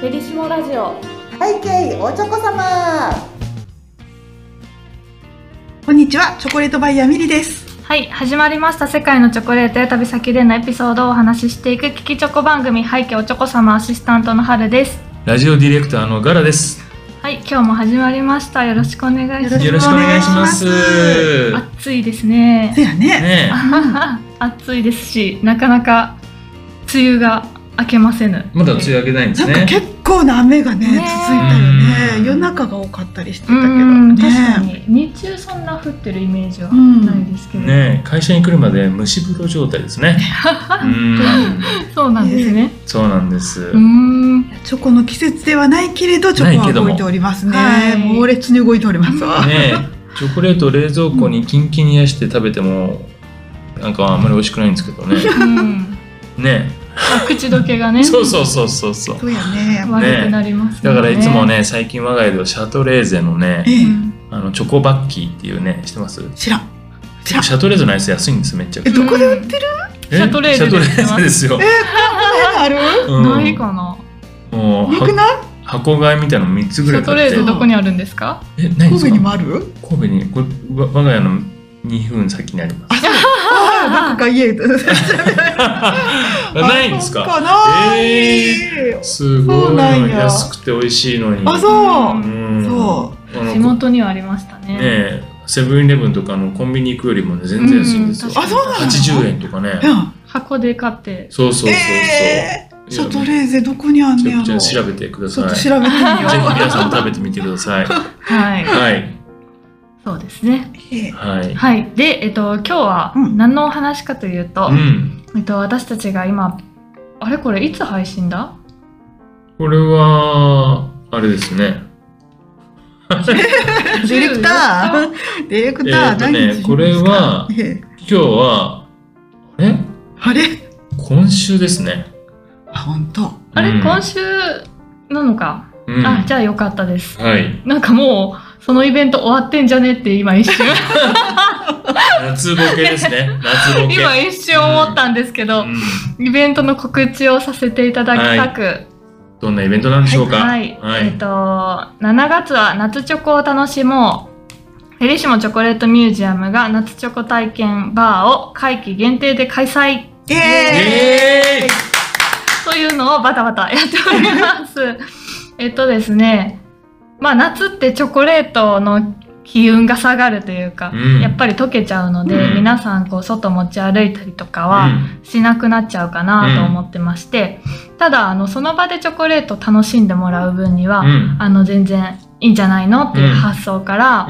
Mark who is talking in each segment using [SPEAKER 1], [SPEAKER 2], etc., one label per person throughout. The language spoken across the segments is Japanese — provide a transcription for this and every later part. [SPEAKER 1] ペリシモラジオ
[SPEAKER 2] 背景おちょこ様
[SPEAKER 3] こんにちは、チョコレートバイヤーミリです。
[SPEAKER 1] はい始まりました世界のチョコレートへ旅先でのエピソードをお話ししていく聞きチョコ番組背景おちょこ様アシスタントの春です
[SPEAKER 4] ラジオディレクターのガラです。
[SPEAKER 1] はい今日も始まりましたよろしくお願いします
[SPEAKER 4] よろしくお願いします。ね
[SPEAKER 1] 暑いですね
[SPEAKER 3] せやね。
[SPEAKER 4] え、
[SPEAKER 1] 暑いですしなかなか梅雨が明けませぬ
[SPEAKER 4] まだ梅雨明けないんです
[SPEAKER 3] なん
[SPEAKER 4] ね。
[SPEAKER 3] か結構な雨がね、
[SPEAKER 1] ね
[SPEAKER 3] 続いたよ
[SPEAKER 4] うん
[SPEAKER 3] ね。夜中が多かったりしてた
[SPEAKER 1] う
[SPEAKER 3] けど
[SPEAKER 1] ん、
[SPEAKER 3] ね。
[SPEAKER 1] 確かに日中そんな降ってるイメージは
[SPEAKER 3] うん
[SPEAKER 1] ないですけど、
[SPEAKER 4] ねえ、会社に来るまで蒸し風呂状態です ね。うん、
[SPEAKER 1] そうなんですね、
[SPEAKER 4] そうなんです
[SPEAKER 1] う。ん
[SPEAKER 3] チョコの季節ではないけれど、チョコ
[SPEAKER 4] ない
[SPEAKER 3] は
[SPEAKER 4] けども
[SPEAKER 3] 動いておりますね。
[SPEAKER 1] はい
[SPEAKER 3] 猛烈に動いておりますわ。
[SPEAKER 4] ねえ、チョコレートを冷蔵庫にキンキンに冷やして食べても、なんかあんまり美味しくないんですけどね。
[SPEAKER 1] うん
[SPEAKER 4] ね
[SPEAKER 1] 口どけがね
[SPEAKER 4] え、そうそうそうそうそう。
[SPEAKER 3] そうやね。やっぱ
[SPEAKER 1] 悪くなります
[SPEAKER 4] だからいつも、ね、最近我が家ではシャトレーゼの
[SPEAKER 3] え
[SPEAKER 4] ね、
[SPEAKER 3] え
[SPEAKER 1] うん
[SPEAKER 4] あのチョコバッキーっていうね、知ってます
[SPEAKER 3] 知らん。知
[SPEAKER 4] シ
[SPEAKER 3] らん。
[SPEAKER 4] ャトレーゼのアイス安いんです、めっちゃく
[SPEAKER 3] え、
[SPEAKER 4] ちゃ。
[SPEAKER 3] どこで売ってる
[SPEAKER 1] シャトレーゼで売ってます
[SPEAKER 4] シャトレーゼですよ。
[SPEAKER 3] ある
[SPEAKER 4] うん
[SPEAKER 1] ないかな
[SPEAKER 4] もう
[SPEAKER 3] なく
[SPEAKER 4] は
[SPEAKER 3] ない
[SPEAKER 4] 箱買いみたいなの3つ
[SPEAKER 1] シ
[SPEAKER 4] ぐらい
[SPEAKER 1] ャトレ
[SPEAKER 4] 買
[SPEAKER 1] ー
[SPEAKER 4] って
[SPEAKER 1] ゼどこにあるんですか
[SPEAKER 4] えないで
[SPEAKER 3] 神
[SPEAKER 4] す
[SPEAKER 3] 戸
[SPEAKER 4] か
[SPEAKER 3] にもある
[SPEAKER 4] 神戸にこれわ我が家の2分先にあります
[SPEAKER 3] ああ、なんか家
[SPEAKER 4] ないんです
[SPEAKER 3] あ そ
[SPEAKER 4] か
[SPEAKER 3] うない、
[SPEAKER 4] えすご
[SPEAKER 3] そ
[SPEAKER 4] いう
[SPEAKER 3] なんや
[SPEAKER 4] 安くて美味しいのに
[SPEAKER 3] あ、そう。
[SPEAKER 4] うん
[SPEAKER 3] そ
[SPEAKER 4] あの
[SPEAKER 1] 地元にはありましたね
[SPEAKER 4] ねえセブンイレブンとかのコンビニ行くよりもね全然安いんですよ
[SPEAKER 1] うん
[SPEAKER 3] あ、そうなの
[SPEAKER 4] 80円とかね
[SPEAKER 3] うん。
[SPEAKER 1] 箱で買って
[SPEAKER 4] そうそうそうそう
[SPEAKER 3] えーシャト
[SPEAKER 4] ー
[SPEAKER 3] レーゼどこにあん
[SPEAKER 4] ち
[SPEAKER 3] ねや
[SPEAKER 4] ょ
[SPEAKER 3] ろ
[SPEAKER 4] っと
[SPEAKER 3] ちょ
[SPEAKER 4] 調
[SPEAKER 3] っ
[SPEAKER 4] べてください
[SPEAKER 3] と
[SPEAKER 4] ぜひ
[SPEAKER 3] 調べてみよ
[SPEAKER 4] 皆さんも食べてみてください
[SPEAKER 1] はい
[SPEAKER 4] はい
[SPEAKER 1] そうですね
[SPEAKER 3] うええ
[SPEAKER 4] はい
[SPEAKER 1] はいでえっと今日は
[SPEAKER 3] うん
[SPEAKER 1] 何のお話かというと、
[SPEAKER 4] うん
[SPEAKER 1] えっと私たちが今あれこれいつ配信だ
[SPEAKER 4] これはあれですね
[SPEAKER 3] ディレクターディレクター
[SPEAKER 4] えーとね
[SPEAKER 3] 何日にですか
[SPEAKER 4] これは
[SPEAKER 3] ええ
[SPEAKER 4] 今日はあれ
[SPEAKER 3] あれ
[SPEAKER 4] 今週ですね。
[SPEAKER 3] あ、本当
[SPEAKER 1] あれ、
[SPEAKER 4] うん
[SPEAKER 1] 今週なのか、
[SPEAKER 4] うん、
[SPEAKER 1] あじゃあよかったです
[SPEAKER 4] はい。
[SPEAKER 1] なんかもうそのイベント終わってんじゃねって今一瞬
[SPEAKER 4] 夏ボケです ね。夏ボケ。
[SPEAKER 1] 今一瞬思ったんですけど、
[SPEAKER 4] うん
[SPEAKER 1] イベントの告知をさせていただきたく、
[SPEAKER 4] どんなイベントなんでしょうか。
[SPEAKER 1] はい、えっ、と7月は夏チョコを楽しもうフェリシモチョコレートミュージアムが夏チョコ体験バーを会期限定で開催
[SPEAKER 3] ええ
[SPEAKER 4] え
[SPEAKER 1] というのをバタバタやっております。 えっとですね、まあ夏ってチョコレートの機運が下がるというか、
[SPEAKER 4] うん
[SPEAKER 1] やっぱり溶けちゃうので、
[SPEAKER 4] うん
[SPEAKER 1] 皆さんこう外持ち歩いたりとか
[SPEAKER 4] ー
[SPEAKER 1] は、しなくなっちゃうかなと思ってまして、ただあのその場でチョコレート楽しんでもらう分には、
[SPEAKER 4] うん。うん。
[SPEAKER 1] あの全然いいんじゃないのっていう
[SPEAKER 4] うん
[SPEAKER 1] 発想から、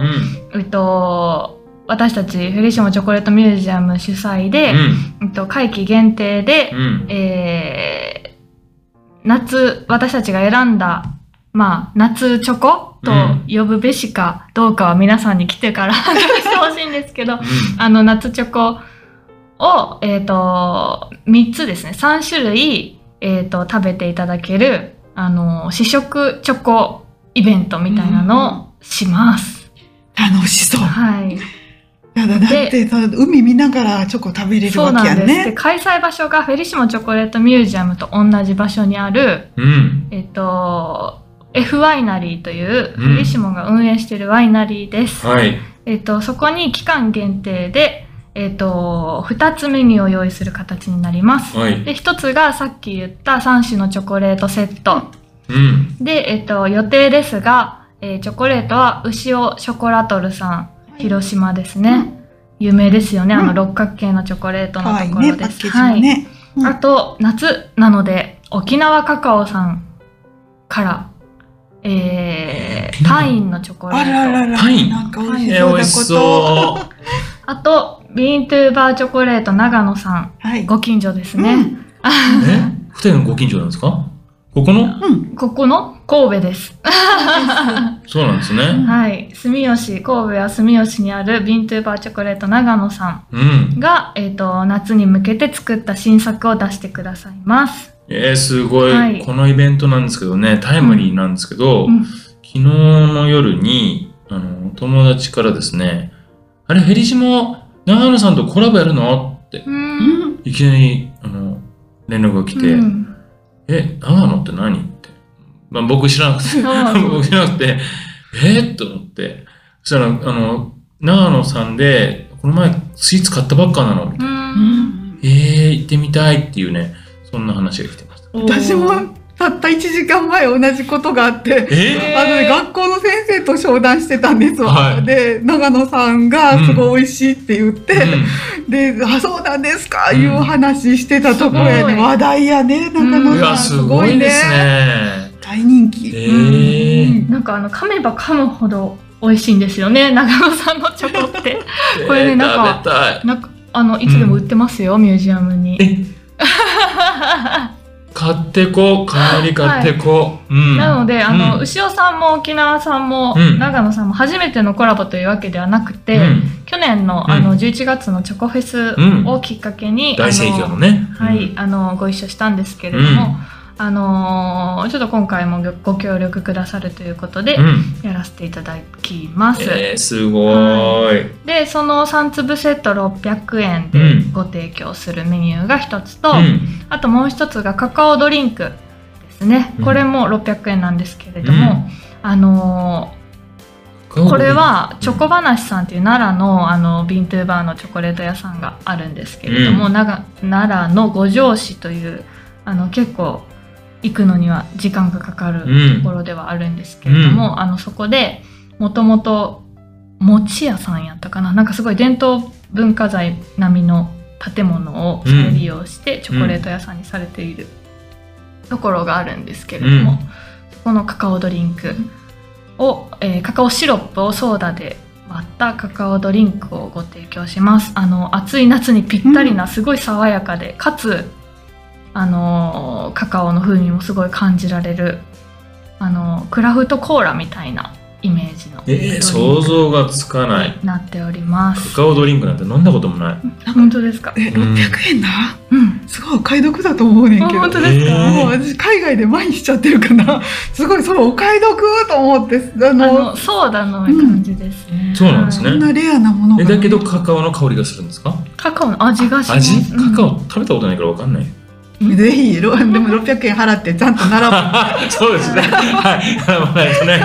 [SPEAKER 4] うん。
[SPEAKER 1] えっと、私たちフェリシモチョコレートミュージアム主催で、えっと、会期限定で
[SPEAKER 4] う、ん。
[SPEAKER 1] えー夏私たちが選んだ、まあ、夏チョコと呼ぶべしかどうかは皆さんに来てから 判断してほしいんですけど
[SPEAKER 4] うん
[SPEAKER 1] あの夏チョコを、えー、と3つですね3種類、えー、と食べていただけるあの試食チョコイベントみたいなのをします。
[SPEAKER 3] 楽しそう。
[SPEAKER 1] はい、
[SPEAKER 3] やだ、だってさ、海見ながらチョコ食べれる
[SPEAKER 1] そう
[SPEAKER 3] わ
[SPEAKER 1] な
[SPEAKER 3] けや
[SPEAKER 1] んです、で
[SPEAKER 3] ね。
[SPEAKER 1] 開催場所がフェリシモチョコレートミュージアムと同じ場所にある、
[SPEAKER 4] うん。
[SPEAKER 1] えっと F ワイナリーという
[SPEAKER 4] うん
[SPEAKER 1] フェリシモが運営しているワイナリーです、
[SPEAKER 4] はい。
[SPEAKER 1] えっとそこに期間限定で、えっと2つメニューを用意する形になります
[SPEAKER 4] はい。
[SPEAKER 1] で1つがさっき言った3種のチョコレートセット
[SPEAKER 4] うん。
[SPEAKER 1] で、えっと予定ですが、えーチョコレートは牛尾ショコラトルさん広島ですね、有名ですよね、
[SPEAKER 3] うん
[SPEAKER 1] あの六角形のチョコレート
[SPEAKER 3] 可
[SPEAKER 1] の
[SPEAKER 3] 愛
[SPEAKER 1] と
[SPEAKER 3] い
[SPEAKER 1] こ
[SPEAKER 3] ね、
[SPEAKER 1] ろ
[SPEAKER 3] パ
[SPEAKER 1] で
[SPEAKER 3] ッ
[SPEAKER 1] す
[SPEAKER 3] ケージもね。うん
[SPEAKER 1] あと夏なので沖縄カカオさんから、えー、パインのチョコレー
[SPEAKER 3] あ
[SPEAKER 1] ト
[SPEAKER 3] ららら
[SPEAKER 4] パイン
[SPEAKER 3] なんか美味し
[SPEAKER 4] え
[SPEAKER 3] そ
[SPEAKER 4] ー、
[SPEAKER 3] う
[SPEAKER 4] 美
[SPEAKER 3] な
[SPEAKER 4] 味し
[SPEAKER 3] こと。
[SPEAKER 4] そう。
[SPEAKER 1] あとビーントゥーバーチョコレート長野さん
[SPEAKER 3] はい。
[SPEAKER 1] ご近所ですね、
[SPEAKER 3] うん
[SPEAKER 4] え、二人のご近所なんですか。ここの。
[SPEAKER 3] うん。
[SPEAKER 1] ここの神戸です
[SPEAKER 4] そうなんですね。
[SPEAKER 1] はい住吉神戸は住吉にあるビーントゥーバーチョコレート長野さ
[SPEAKER 4] うん
[SPEAKER 1] ん。が、えー、と夏に向けて作った新作を出してくださいます
[SPEAKER 4] えー、すごい,、
[SPEAKER 1] はい
[SPEAKER 4] このイベントなんですけどね、タイムリーなんですけど。
[SPEAKER 1] うん
[SPEAKER 4] 昨日の夜に、あの、友達からですね、あれ、ヘリシモ、長野さんとコラボやるのって
[SPEAKER 1] うー
[SPEAKER 3] うんん
[SPEAKER 4] いきなりあの連絡が来て「
[SPEAKER 1] うん
[SPEAKER 4] え長野って何?」って、まあ、僕知らなくて 僕知らなくて「えっ?」と思ってそしたらあの「長野さんでこの前スイーツ買ったばっかなの」みたいな
[SPEAKER 1] うん
[SPEAKER 4] えー、行ってみたいっていうねそんな話が来てました
[SPEAKER 3] 私もたった1時間前同じことがあって、
[SPEAKER 4] え
[SPEAKER 1] へー
[SPEAKER 3] あのね学校の先生と商談してたんですわ、
[SPEAKER 4] はい
[SPEAKER 3] で長野さんがすごい美味しいって言って、
[SPEAKER 4] う
[SPEAKER 3] で「あそうなんですか」
[SPEAKER 4] うん
[SPEAKER 3] いう話してたところ
[SPEAKER 1] す
[SPEAKER 3] やね、
[SPEAKER 1] ごい
[SPEAKER 3] 話題やね長
[SPEAKER 4] ん、
[SPEAKER 1] う
[SPEAKER 3] 野
[SPEAKER 4] い
[SPEAKER 3] さ
[SPEAKER 4] や
[SPEAKER 3] ん
[SPEAKER 4] すごいですね
[SPEAKER 3] 大人気、
[SPEAKER 4] え
[SPEAKER 1] う
[SPEAKER 4] ー
[SPEAKER 1] んなんかあの噛めば噛むほど美味しいんですよね長野さんのチョコって
[SPEAKER 4] えー、
[SPEAKER 1] これねなんか
[SPEAKER 4] 食べたい
[SPEAKER 1] なんかあのいつでも売ってますよ、ミュージアムに。
[SPEAKER 4] 買ってこ帰り買ってこ、うん
[SPEAKER 1] なのであの、
[SPEAKER 4] うん
[SPEAKER 1] 牛尾さんも沖縄さんも、
[SPEAKER 4] うん
[SPEAKER 1] 長野さんも初めてのコラボというわけではなくて、
[SPEAKER 4] うん
[SPEAKER 1] 去年の,、
[SPEAKER 4] うん
[SPEAKER 1] あの11月のチョコフェス
[SPEAKER 4] うん
[SPEAKER 1] をきっかけに、あ
[SPEAKER 4] 大盛況のね
[SPEAKER 1] は
[SPEAKER 4] う
[SPEAKER 1] い、
[SPEAKER 4] ん
[SPEAKER 1] あのご一緒したんですけれ
[SPEAKER 4] う
[SPEAKER 1] ど
[SPEAKER 4] ん
[SPEAKER 1] も、あのーちょっと今回もごご協力くださるということで、
[SPEAKER 4] うん
[SPEAKER 1] やらせていただきます。
[SPEAKER 4] えー、すごーい
[SPEAKER 1] でその3粒セット600円で
[SPEAKER 4] うん
[SPEAKER 1] ご提供するメニューが1つと、
[SPEAKER 4] うん
[SPEAKER 1] あともう1つがカカオドリンクですね、
[SPEAKER 4] うん
[SPEAKER 1] これも600円なんですけれども、あのーこれはチョコバナシさんっていう奈良のあのビントゥーバーのチョコレート屋さんがあるんですけれども、
[SPEAKER 4] う
[SPEAKER 1] 長奈良の五条市というあの結構行くのには時間がかかる
[SPEAKER 4] うん
[SPEAKER 1] ところではあるんですけれども、あのそこでもともと餅屋さんやったかななんかすごい伝統文化財並みの建物を再利用してチョコレート屋さんにされているところがあるんですけれども、
[SPEAKER 4] うん
[SPEAKER 1] そこのカカオドリンクを、えーカカオシロップをソーダで割ったカカオドリンクをご提供しますあの暑い夏にぴったりなすごい爽やかで、かつあのーカカオの風味もすごい感じられるあのクラフトコーラみたいなイメージの
[SPEAKER 4] えー、想像がつかない
[SPEAKER 1] になっておりま
[SPEAKER 4] カ
[SPEAKER 1] す。
[SPEAKER 4] カオドリンクなんて飲んだこともない
[SPEAKER 1] 本当ですか。
[SPEAKER 3] え600円な
[SPEAKER 1] うん。
[SPEAKER 3] すごいお買い得だと思うねん
[SPEAKER 1] あ
[SPEAKER 3] けど
[SPEAKER 1] 本当ですか。
[SPEAKER 4] え
[SPEAKER 3] もう私海外で毎日しちゃってるからすごいそれお買い得と思ってあ
[SPEAKER 1] あ
[SPEAKER 3] の
[SPEAKER 1] のソーダの感じですね。
[SPEAKER 4] そうなんですね
[SPEAKER 3] こんなレアなもの
[SPEAKER 4] え
[SPEAKER 3] が
[SPEAKER 4] だけどカカオの香りがするんですか
[SPEAKER 1] はいカカオの味がします。
[SPEAKER 4] 味
[SPEAKER 1] う
[SPEAKER 4] カ
[SPEAKER 1] ん
[SPEAKER 4] カオ食べたことないからわかんない
[SPEAKER 3] ぜひろでも600円払ってちゃんと並ぶ
[SPEAKER 4] そうですね。はい、飲まないとね。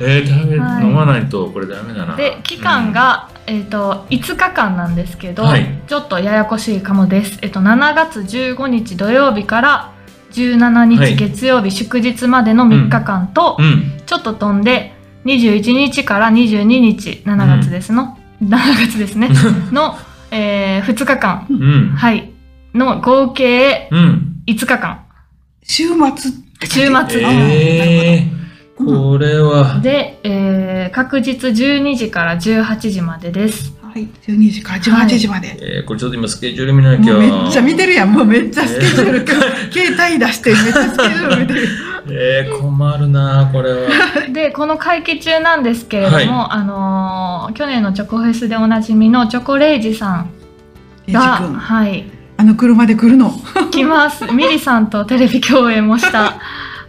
[SPEAKER 4] えー、食べ、
[SPEAKER 1] はい
[SPEAKER 4] 飲まないとこれダメだな。
[SPEAKER 1] で期間が、えっ、と5日間なんですけど、
[SPEAKER 4] はい
[SPEAKER 1] ちょっとややこしいかもです。えっ、と7月15日土曜日から17
[SPEAKER 4] はい
[SPEAKER 1] 日月曜日祝日までの3日間と、
[SPEAKER 4] うん、うん、
[SPEAKER 1] ちょっと飛んで21日から22日7月ですの、7月です ねの、え2日間
[SPEAKER 4] うん、
[SPEAKER 1] はいの合計
[SPEAKER 4] うん。
[SPEAKER 1] 5日間
[SPEAKER 3] 週末って書いてある
[SPEAKER 1] 週末
[SPEAKER 4] えー、
[SPEAKER 3] うん
[SPEAKER 4] これは。
[SPEAKER 1] で、えー確実12時から18時までです。
[SPEAKER 3] はい12時から18時まで、
[SPEAKER 4] えー、これちょっと今スケジュール見なき
[SPEAKER 3] も
[SPEAKER 4] ゃ。
[SPEAKER 3] うめっちゃ見てるやんもうめっちゃスケジュール、 携帯出してめっちゃスケジュール見てる
[SPEAKER 4] えー、困るな、これは。
[SPEAKER 1] でこの会期中なんですけれども、
[SPEAKER 4] はい
[SPEAKER 1] あのー去年のチョコフェスでおなじみのチョコレイジさん
[SPEAKER 3] エイジ
[SPEAKER 1] が、
[SPEAKER 3] 君
[SPEAKER 1] はい、
[SPEAKER 3] あの車で来るの
[SPEAKER 1] 来 ます。ミリさんとテレビ共演もした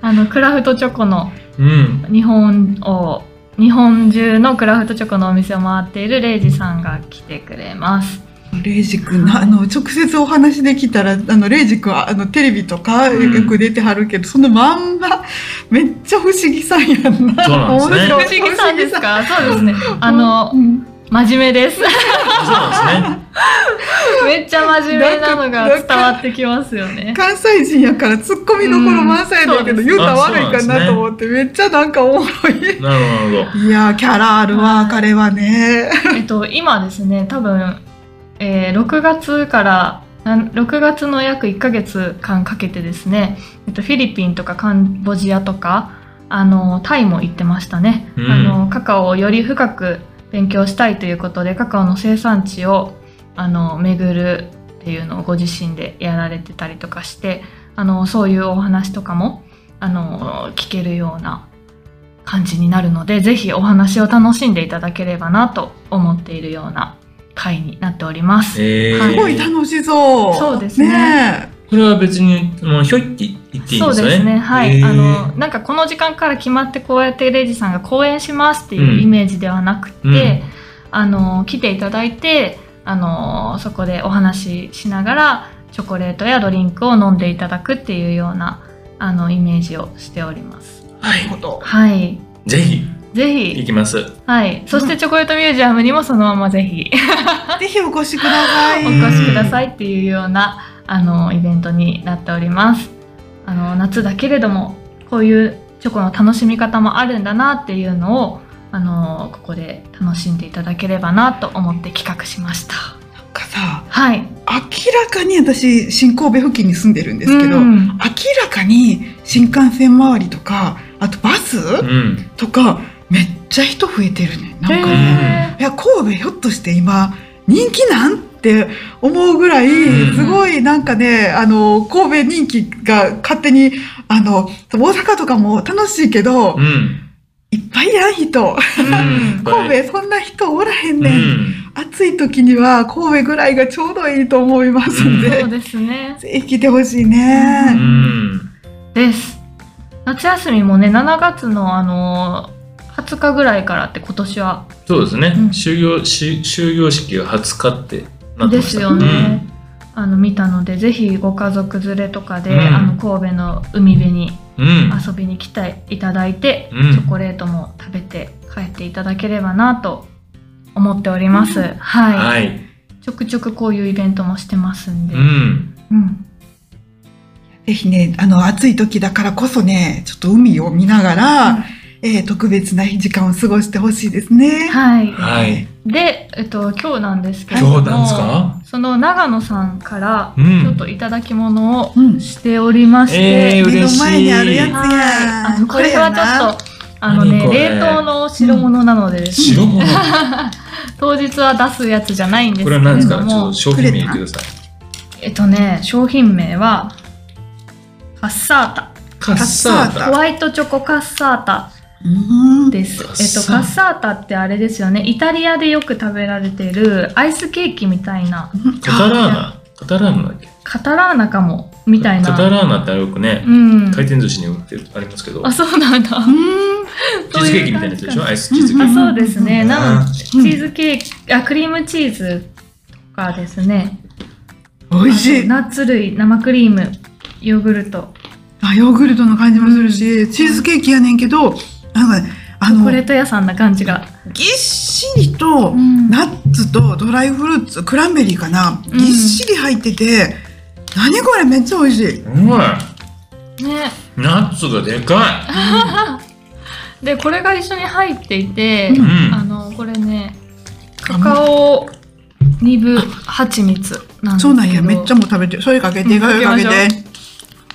[SPEAKER 1] あのクラフトチョコの
[SPEAKER 4] うん。
[SPEAKER 1] 日本を日本中のクラフトチョコのお店を回っているレイジさんが来てくれます。
[SPEAKER 3] レイジ君なあの直接お話できたらあのレイジ君はあのテレビとか
[SPEAKER 4] うん
[SPEAKER 3] よく出てはるけど、そのまんまめっちゃ不思議さんやんな
[SPEAKER 4] そうなんですね
[SPEAKER 1] 不
[SPEAKER 3] 面白
[SPEAKER 1] 思
[SPEAKER 3] い
[SPEAKER 1] 議さんですか？そうですね。あ
[SPEAKER 3] う
[SPEAKER 1] の
[SPEAKER 3] ん
[SPEAKER 1] 真面目 です。
[SPEAKER 4] そうなんで
[SPEAKER 1] めっちゃ真面目なのが伝わってきますよね。
[SPEAKER 3] 関西人やからツッコミどころ満載だけど、
[SPEAKER 1] うん
[SPEAKER 3] 言うたら悪いかなと思って、めっちゃなんかおもろい
[SPEAKER 4] すね。なるほど、なるほ
[SPEAKER 3] いやーキャラあるわ、
[SPEAKER 1] はい
[SPEAKER 3] 彼はね
[SPEAKER 1] えっと今ですね多分、えー6月からなん6月の約1ヶ月間かけてですね、えっと、フィリピンとかカンボジアとかあのタイも行ってましたね、
[SPEAKER 4] うん
[SPEAKER 1] あのカカオをより深く勉強したいということでカカオの生産地をあの巡るっていうのをご自身でやられてたりとかしてあのそういうお話とかもあの聞けるような感じになるのでぜひお話を楽しんでいただければなと思っているような回になっておりま
[SPEAKER 4] ど。
[SPEAKER 1] す。
[SPEAKER 4] え
[SPEAKER 1] は
[SPEAKER 3] すごい
[SPEAKER 4] ー、
[SPEAKER 3] 楽しそう
[SPEAKER 1] そうですね
[SPEAKER 4] これは別に、もうひょいって言っていい
[SPEAKER 1] そ
[SPEAKER 4] んで
[SPEAKER 1] う
[SPEAKER 4] すよね。
[SPEAKER 1] ですね、はい、
[SPEAKER 4] えー
[SPEAKER 1] あの、なんかこの時間から決まってこうやってレイジさんが講演しますっていうイメージではなくて、
[SPEAKER 4] うん
[SPEAKER 1] あの来ていただいてあのそこでお話ししながらチョコレートやドリンクを飲んでいただくっていうようなあのイメージをしております。
[SPEAKER 4] はい
[SPEAKER 3] こと。
[SPEAKER 1] はい、
[SPEAKER 4] ぜひ
[SPEAKER 1] ぜ
[SPEAKER 4] 行
[SPEAKER 1] ひ、
[SPEAKER 4] きます
[SPEAKER 1] はい、そしてチョコレートミュージアムにもそのままぜひ
[SPEAKER 3] ぜひお越しください。
[SPEAKER 1] お越しくださいっていうようなあのイベントになっております。あの夏だけれどもこういうチョコの楽しみ方もあるんだなっていうのをあのここで楽しんでいただければなと思って企画しました。
[SPEAKER 3] なんかさ、
[SPEAKER 1] はい。
[SPEAKER 3] 明らかに私、新神戸付近に住んでるんですけど、
[SPEAKER 1] うん
[SPEAKER 3] 明らかに新幹線周りとか、あとバス
[SPEAKER 4] うん
[SPEAKER 3] とか、めっちゃ人増えてるね。なんか
[SPEAKER 4] へ
[SPEAKER 3] ね。
[SPEAKER 1] へ
[SPEAKER 3] いや、神戸ひょっとして今、人気なんって思うぐらい、
[SPEAKER 4] うん
[SPEAKER 3] すごいなんかね、あの、神戸人気が勝手に、あの、大阪とかも楽しいけど、
[SPEAKER 4] うん
[SPEAKER 3] いっぱいやん人。
[SPEAKER 4] うん
[SPEAKER 3] 神戸そんな人おらへん
[SPEAKER 4] う
[SPEAKER 3] ねん。
[SPEAKER 4] ん
[SPEAKER 3] 暑い時には神戸ぐらいがちょうどいいと思いますん
[SPEAKER 1] ー
[SPEAKER 3] で、
[SPEAKER 1] そうですね。
[SPEAKER 3] ぜひ来てほしいうね。
[SPEAKER 4] ん
[SPEAKER 1] です。夏休みもね、7月のあのー、20日ぐらいからって今年は
[SPEAKER 4] そうですね
[SPEAKER 1] うん
[SPEAKER 4] 終業し終業式が20日ってなっ
[SPEAKER 1] で
[SPEAKER 4] てまし
[SPEAKER 1] す
[SPEAKER 4] た
[SPEAKER 1] よね。あの見たのでぜひご家族連れとかで、
[SPEAKER 4] うん
[SPEAKER 1] あの神戸の海辺に
[SPEAKER 4] うんうん
[SPEAKER 1] 遊びに来ていただいて、
[SPEAKER 4] うん
[SPEAKER 1] チョコレートも食べて帰っていただければなと思っております、
[SPEAKER 3] う
[SPEAKER 1] はい、
[SPEAKER 4] はい
[SPEAKER 1] ちょくちょくこういうイベントもしてますんで、
[SPEAKER 4] う
[SPEAKER 1] うん
[SPEAKER 4] ん
[SPEAKER 3] ぜひね、あの暑い時だからこそね、ちょっと海を見ながら、えー特別な時間を過ごしてほしいですね。
[SPEAKER 1] はい
[SPEAKER 4] はい
[SPEAKER 1] で、えっと、今日なんですけれども
[SPEAKER 4] 今日なんですか
[SPEAKER 1] その長野さんから
[SPEAKER 4] う
[SPEAKER 1] ちょっ
[SPEAKER 4] ん
[SPEAKER 1] といただき物を
[SPEAKER 3] うん
[SPEAKER 1] しておりまして、
[SPEAKER 4] えー
[SPEAKER 3] 目の
[SPEAKER 4] 嬉しい
[SPEAKER 3] 前にあるやつや。
[SPEAKER 1] はい、あのこれはちょっとあの
[SPEAKER 4] 何
[SPEAKER 1] ね
[SPEAKER 4] これ
[SPEAKER 1] 冷凍の白物なのでですね
[SPEAKER 4] 白物
[SPEAKER 1] 当日は出すやつじゃないんです
[SPEAKER 4] こ
[SPEAKER 1] け
[SPEAKER 4] れ
[SPEAKER 1] れ
[SPEAKER 4] は
[SPEAKER 1] ど
[SPEAKER 4] 何ですかちょっ
[SPEAKER 1] も
[SPEAKER 4] と商品名言ってください
[SPEAKER 1] えっとね商品名はカッサータ
[SPEAKER 4] カッサー
[SPEAKER 3] カッサ
[SPEAKER 1] ホ
[SPEAKER 4] タ
[SPEAKER 1] ワイトチョコカッサータ
[SPEAKER 3] うん
[SPEAKER 1] です
[SPEAKER 4] カッ
[SPEAKER 1] えっと
[SPEAKER 4] サータ
[SPEAKER 1] カッサータってあれですよねイタリアでよく食べられているアイスケーキみたいな
[SPEAKER 4] カタラーナカタラーナだっけ
[SPEAKER 1] カタラーナかもみたいな
[SPEAKER 4] カタラーナってあれよくね
[SPEAKER 1] うん
[SPEAKER 4] 回転寿司に売ってるありますけど
[SPEAKER 1] あそうなんだ
[SPEAKER 3] うん
[SPEAKER 4] チーズケーキみたいなやつでしょアイスチーズケー
[SPEAKER 1] あ
[SPEAKER 4] キ
[SPEAKER 1] そうですね。
[SPEAKER 3] うん
[SPEAKER 1] なのでチ
[SPEAKER 3] うん
[SPEAKER 1] ーズケーキ、あクリームチーズとかですね。
[SPEAKER 3] 美味し
[SPEAKER 1] あと
[SPEAKER 3] い。
[SPEAKER 1] ナッツ類、生クリーム、ヨーグルト、
[SPEAKER 3] あヨーグルトの感じもするし、チーズケーキやねんけど、なんかね、あ
[SPEAKER 1] チョコレ
[SPEAKER 3] の
[SPEAKER 1] ート屋さんな感じが。
[SPEAKER 3] ぎっしりと、
[SPEAKER 1] うん
[SPEAKER 3] ナッツとドライフルーツ、クランベリーかな、
[SPEAKER 1] うん
[SPEAKER 3] ぎっしり入ってて、何これめっちゃ美味し い。
[SPEAKER 4] うま
[SPEAKER 1] ね。
[SPEAKER 4] いナッツがでか
[SPEAKER 1] でこれが一緒に入っていて
[SPEAKER 4] い、う、
[SPEAKER 1] あ
[SPEAKER 4] ん、
[SPEAKER 1] のこれね、カカオ二分蜂蜜なんですけど。
[SPEAKER 3] そうなんや、めっちゃもう食べてる。それかけて、
[SPEAKER 1] うん
[SPEAKER 3] それかけて。
[SPEAKER 1] かけま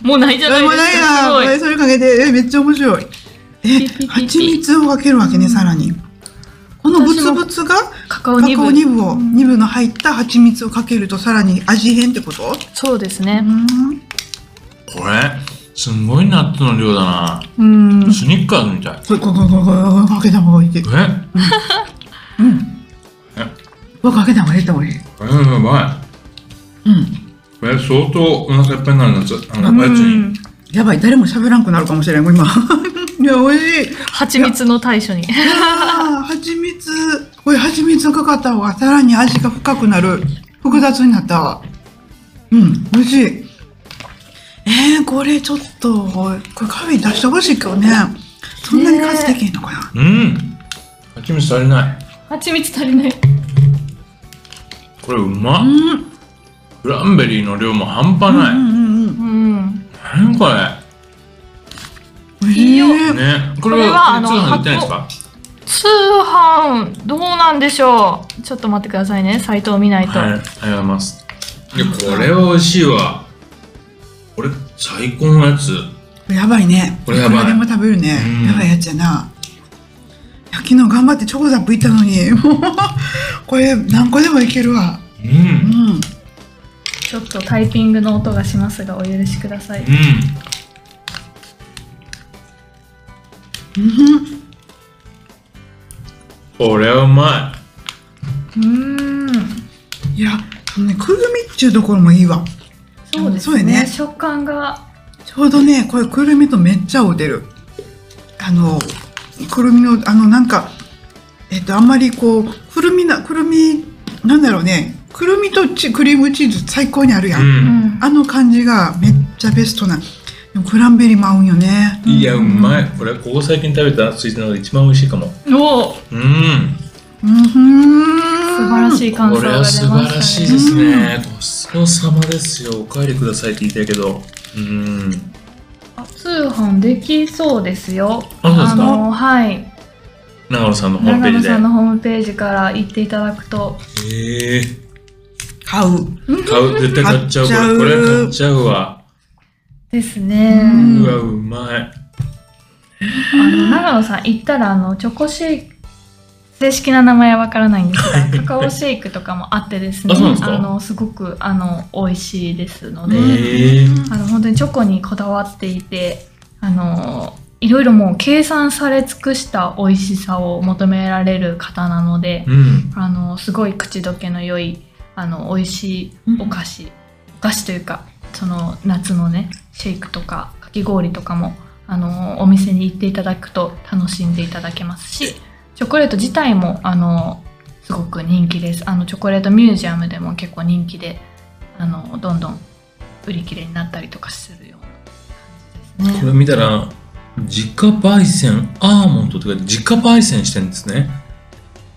[SPEAKER 1] もうないじゃな
[SPEAKER 3] え
[SPEAKER 1] い
[SPEAKER 3] も
[SPEAKER 1] で
[SPEAKER 3] う
[SPEAKER 1] す
[SPEAKER 3] ない
[SPEAKER 1] か。す
[SPEAKER 3] や、
[SPEAKER 1] ご
[SPEAKER 3] こ
[SPEAKER 1] い
[SPEAKER 3] れ。それかけて、え、めっちゃ面白い。
[SPEAKER 1] ピピピ
[SPEAKER 3] え、
[SPEAKER 1] ピ
[SPEAKER 3] 蜂蜜をかけるわけね、さらに。このブツブツが、
[SPEAKER 1] カカ
[SPEAKER 3] カ
[SPEAKER 1] オ二
[SPEAKER 3] カオ
[SPEAKER 1] 分。
[SPEAKER 3] ニブを、ニブの入った蜂蜜をかけると、さらに味変ってこと
[SPEAKER 1] そうです
[SPEAKER 3] う
[SPEAKER 1] ね。
[SPEAKER 3] ん。
[SPEAKER 4] これすんごいナッツの量だな
[SPEAKER 1] うん。
[SPEAKER 4] スニッカーズみたい
[SPEAKER 3] これ、これ、これ、これ、これかけた方がいいって。
[SPEAKER 4] え
[SPEAKER 3] うん。
[SPEAKER 4] え
[SPEAKER 3] これかけた方がいいと思う。
[SPEAKER 4] これやば
[SPEAKER 3] うん。
[SPEAKER 4] いこれ相当お腹いっぱいになるんですあのおやつ
[SPEAKER 1] うん
[SPEAKER 4] に
[SPEAKER 3] やばい、誰も喋らんくなるかもしれん、今。い や、美味 しい。
[SPEAKER 1] 蜂蜜の対処に。
[SPEAKER 3] ああ、蜂蜜、これ蜂蜜かかった方がさらに味が深くなる。複雑になったわ。うん、美味しい。えー、これちょっと、これカフェに出してほしいけどね。そんなに数できへんのかな。
[SPEAKER 4] うん蜂蜜足りない
[SPEAKER 1] 蜂蜜足りない。
[SPEAKER 4] これうま
[SPEAKER 3] う
[SPEAKER 4] っ
[SPEAKER 3] ん、
[SPEAKER 4] クランベリーの量も半端
[SPEAKER 3] う
[SPEAKER 4] ない、
[SPEAKER 3] んうんうん。
[SPEAKER 1] うん。
[SPEAKER 4] 何これ
[SPEAKER 3] 美味しい。
[SPEAKER 1] いいよ
[SPEAKER 4] ねこ
[SPEAKER 1] こ
[SPEAKER 4] れ
[SPEAKER 1] れは
[SPEAKER 4] は
[SPEAKER 1] あの
[SPEAKER 4] 通販売ってないですか
[SPEAKER 1] 通販どうなんでしょうちょっと待ってくださいねサイトを見ないと、
[SPEAKER 4] はいありがとうございますいやこれは美味しいわこれ最高のやつ
[SPEAKER 3] これやばいね。
[SPEAKER 4] これやばい
[SPEAKER 3] くらでも食べるね
[SPEAKER 4] うん。
[SPEAKER 3] やばいやつやな。いや昨日頑張ってチョコザップ行ったのに、もう、これ何個でもいけるわ。
[SPEAKER 4] う
[SPEAKER 3] うんん。
[SPEAKER 1] ちょっとタイピングの音がしますがお許しください、
[SPEAKER 4] うん
[SPEAKER 3] うん。
[SPEAKER 4] これはうま
[SPEAKER 1] うーん
[SPEAKER 3] いや、そのね、くるみっちゅうところもいいわ。
[SPEAKER 1] そうです
[SPEAKER 3] そう
[SPEAKER 1] ね
[SPEAKER 3] やね
[SPEAKER 1] 食感が
[SPEAKER 3] ちょうどね、これくるみとめっちゃ合うてる。あの、くるみの、あの、なんか、えっと、あんまりこう、くるみな、くるみ、なんだろうね、くるみとチクリームチーズ最高にあるやん、
[SPEAKER 4] うん。
[SPEAKER 3] あの感じがめっちゃベストなでもクランベリーも合うんよね
[SPEAKER 4] いや、うまい。これ、ここ最近食べたスイーツの中で一番美味しいかも。
[SPEAKER 1] おー
[SPEAKER 4] うん。
[SPEAKER 3] うんふん
[SPEAKER 1] 素晴らしい感想
[SPEAKER 4] これ
[SPEAKER 1] が出ました、ね、
[SPEAKER 4] は素晴らしいですね。ごちそうさまですよ。お帰りくださいって言いたいけど。うん。
[SPEAKER 1] 通販できそうですよ
[SPEAKER 4] あそうですか
[SPEAKER 1] のはい
[SPEAKER 4] 長野さんのホームペ
[SPEAKER 1] 長
[SPEAKER 4] ー
[SPEAKER 1] 野
[SPEAKER 4] ジで
[SPEAKER 1] さん。のホームページから行っていただくと
[SPEAKER 4] ええ
[SPEAKER 3] 買う
[SPEAKER 4] 買う。絶対買っちゃう。こ
[SPEAKER 3] 買っちゃう
[SPEAKER 4] れ、これ買っちゃうわ。
[SPEAKER 1] ですね、
[SPEAKER 3] うん
[SPEAKER 4] うわ、うま
[SPEAKER 1] あ
[SPEAKER 4] い。
[SPEAKER 1] の長野さん行ったらあのチョコシェイク正式な名前はわからないんですがカカオシェイクとかもあってですね
[SPEAKER 4] あそうなんですか
[SPEAKER 1] のすごくあの美味しいですので、
[SPEAKER 4] ええ
[SPEAKER 1] あの本当にチョコにこだわっていてあのいろいろもう計算され尽くした美味しさを求められる方なので、
[SPEAKER 4] うん。
[SPEAKER 1] あのすごい口どけの良いあの美味しいお菓子、お菓子というかその夏のねシェイクとかかき氷とかもあのお店に行っていただくと楽しんでいただけますしチョコレート自体もあのすごく人気ですあのチョコレートミュージアムでも結構人気であのどんどん売り切れになったりとかするような感じです
[SPEAKER 4] こ
[SPEAKER 1] ね。
[SPEAKER 4] れ見たら、自家焙煎アーモンドとか、自家焙煎してるんですね。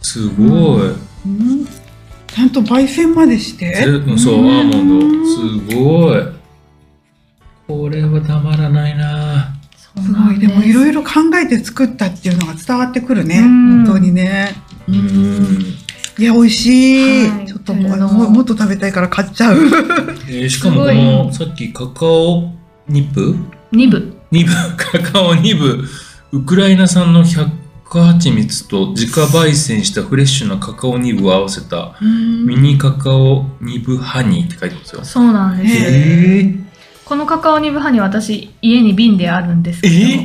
[SPEAKER 4] すごい。
[SPEAKER 3] うんちゃんと焙煎までして
[SPEAKER 4] ぜうんそう、アーモンド。すごい。これはたまらないな。
[SPEAKER 1] そう
[SPEAKER 3] す
[SPEAKER 1] な
[SPEAKER 3] ご
[SPEAKER 1] ん
[SPEAKER 3] い
[SPEAKER 1] で
[SPEAKER 3] ですもいろいろ考えて作ったっていうのが伝わってくるね
[SPEAKER 1] うん
[SPEAKER 3] 本当にね
[SPEAKER 4] う
[SPEAKER 3] うん
[SPEAKER 4] ん。
[SPEAKER 3] いや美味しい、
[SPEAKER 1] はい
[SPEAKER 3] ちょっとも
[SPEAKER 1] あ
[SPEAKER 3] う
[SPEAKER 1] の
[SPEAKER 3] ももっと食べたいから買っちゃう
[SPEAKER 4] えーしかもこのさっきカカオニブ
[SPEAKER 1] 2部
[SPEAKER 4] ニブ カカオニブウクライナ産の百花蜂蜜と自家焙煎したフレッシュなカカオニブを合わせたミニカカオニブハニーって書いてますよ。
[SPEAKER 1] そうなんです
[SPEAKER 3] へ
[SPEAKER 1] よ
[SPEAKER 3] え
[SPEAKER 4] えー、
[SPEAKER 1] このカカオニブハニー私家に瓶であるんです
[SPEAKER 4] え
[SPEAKER 1] けど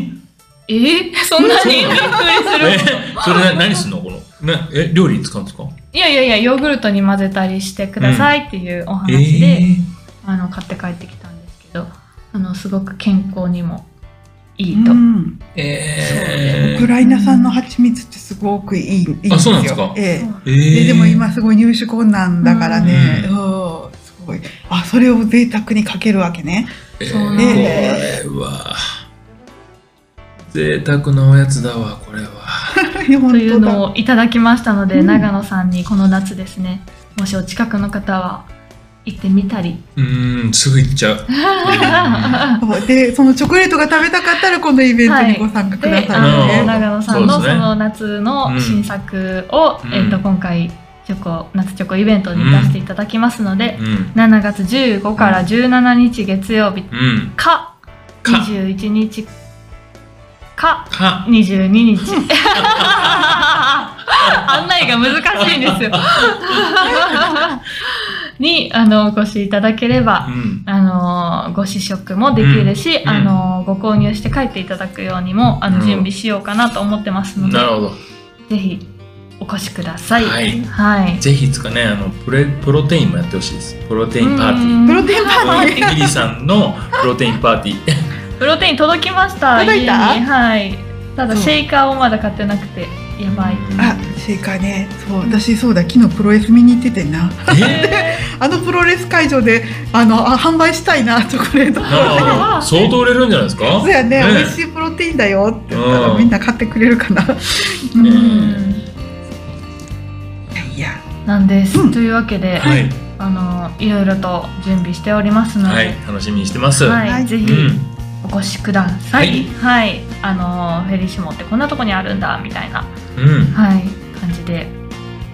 [SPEAKER 1] え ーそんなにびっくりする
[SPEAKER 4] えそれな何すんのこのなえ料理に使うんですか
[SPEAKER 1] いやいやいやヨーグルトに混ぜたりしてくださいっていうお
[SPEAKER 4] え
[SPEAKER 1] 話で、
[SPEAKER 4] ー、
[SPEAKER 1] あの買って帰ってきたんですけどあのすごく健康にもいいと、
[SPEAKER 3] うんウ
[SPEAKER 4] え
[SPEAKER 3] クライナ産の蜂蜜ってすごくいいいいんですよ
[SPEAKER 4] あそうなんですか
[SPEAKER 3] ええ
[SPEAKER 4] ー、え
[SPEAKER 3] で
[SPEAKER 4] ー、
[SPEAKER 3] でも今すごい入手困難だからね、
[SPEAKER 4] う
[SPEAKER 3] うんすごいあそれを贅沢にかけるわけね
[SPEAKER 4] えー
[SPEAKER 1] そうなん
[SPEAKER 3] です
[SPEAKER 4] これは贅沢なおやつだわこれは
[SPEAKER 3] い
[SPEAKER 1] とい
[SPEAKER 3] や
[SPEAKER 1] う
[SPEAKER 3] 本当だ
[SPEAKER 1] のをいただきましたので、
[SPEAKER 3] うん
[SPEAKER 1] 長野さんにこの夏ですねもしお近くの方は行ってみた り、
[SPEAKER 4] うーんすぐ行っちゃう
[SPEAKER 3] そうでそのチョコレートが食べたかったらこのイベントにご参加くだ
[SPEAKER 1] で、
[SPEAKER 3] さい
[SPEAKER 4] は
[SPEAKER 1] あの
[SPEAKER 4] い
[SPEAKER 3] ね、
[SPEAKER 1] 長野さん
[SPEAKER 4] そ
[SPEAKER 1] の
[SPEAKER 4] うです
[SPEAKER 1] そ
[SPEAKER 4] ね
[SPEAKER 1] の夏の新作を、
[SPEAKER 4] うん
[SPEAKER 1] えっと
[SPEAKER 4] うん
[SPEAKER 1] 今回チョコ夏チョコイベントに出していただきますので、
[SPEAKER 4] うん
[SPEAKER 1] 7月15から17日月曜日
[SPEAKER 4] うん
[SPEAKER 1] か
[SPEAKER 4] か
[SPEAKER 1] 21日か
[SPEAKER 4] か
[SPEAKER 1] 22日 案内が難しいんですよ にあのお越しいただければ
[SPEAKER 4] うん
[SPEAKER 1] あのご試食もできるし、
[SPEAKER 4] うん
[SPEAKER 1] あのご購入して帰っていただくようにもあ
[SPEAKER 4] う
[SPEAKER 1] の
[SPEAKER 4] ん
[SPEAKER 1] 準備しようかなと思ってますので、
[SPEAKER 4] なるほど
[SPEAKER 1] ぜひお越しください。
[SPEAKER 4] はい
[SPEAKER 1] はい。
[SPEAKER 4] ぜひいつかねあのプレプロテインもやってほしいですプロテインパーティー
[SPEAKER 1] うん
[SPEAKER 3] プロテインパーティー
[SPEAKER 4] ミリさんのプロテインパーティー
[SPEAKER 1] プロテイン届きました。
[SPEAKER 3] 届いた
[SPEAKER 1] 家にはい。ただ
[SPEAKER 3] そう
[SPEAKER 1] シェイカーをまだ買ってなくてやばい。
[SPEAKER 3] あシェイカーねそう私そうだ昨日プロレス見に行っててんな
[SPEAKER 4] え
[SPEAKER 3] あのプロレス会場であのあ販売したいなチョコレート
[SPEAKER 4] なるほど相当売れるんじゃないですか
[SPEAKER 3] そうやね
[SPEAKER 4] ね
[SPEAKER 3] 美味しいプロテインだよって言った
[SPEAKER 4] う
[SPEAKER 3] ら
[SPEAKER 4] ん
[SPEAKER 3] みんな買ってくれるかな、うん
[SPEAKER 1] うん
[SPEAKER 3] いや
[SPEAKER 1] なんです、
[SPEAKER 3] うん
[SPEAKER 1] というわけで、
[SPEAKER 4] はい、
[SPEAKER 1] あのいろいろと準備しておりますので、
[SPEAKER 4] はい、楽しみにしてます、
[SPEAKER 1] はい
[SPEAKER 3] はい
[SPEAKER 1] ぜ
[SPEAKER 4] う
[SPEAKER 1] ひ
[SPEAKER 4] ん、
[SPEAKER 1] お越しください。
[SPEAKER 4] はい
[SPEAKER 1] はい、あのフェリシモってこんなとこにあるんだみたいな
[SPEAKER 4] うん、
[SPEAKER 1] はい、感じで、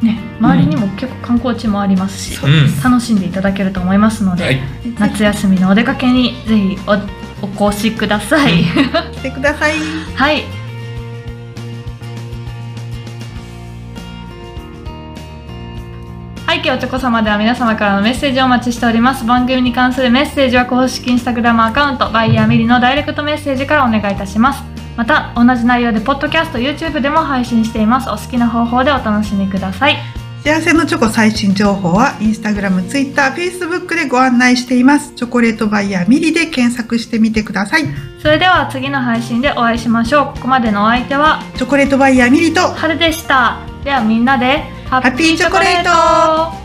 [SPEAKER 1] ね、周りにも結構観光地もありますし、
[SPEAKER 4] うん
[SPEAKER 1] 楽しんでいただけると思いますので、
[SPEAKER 4] はい、
[SPEAKER 1] 夏休みのお出かけにぜひおお越しください。
[SPEAKER 3] 来てください
[SPEAKER 1] はい背景おちょこ様では皆様からのメッセージをお待ちしております番組に関するメッセージは公式インスタグラムアカウントバイヤーミリのダイレクトメッセージからお願いいたしますまた同じ内容でポッドキャスト YouTube でも配信していますお好きな方法でお楽しみください
[SPEAKER 3] 幸せのチョコ最新情報はインスタグラム、ツイッター、フェイスブックでご案内しています。チョコレートバイヤーミリで検索してみてください。チ
[SPEAKER 1] それでは次の配信でお会いしましょうここまでのお相手は
[SPEAKER 3] ョコレートバイヤーミリと
[SPEAKER 1] 春でしたではみんなでハ
[SPEAKER 3] ハッピーチョコレート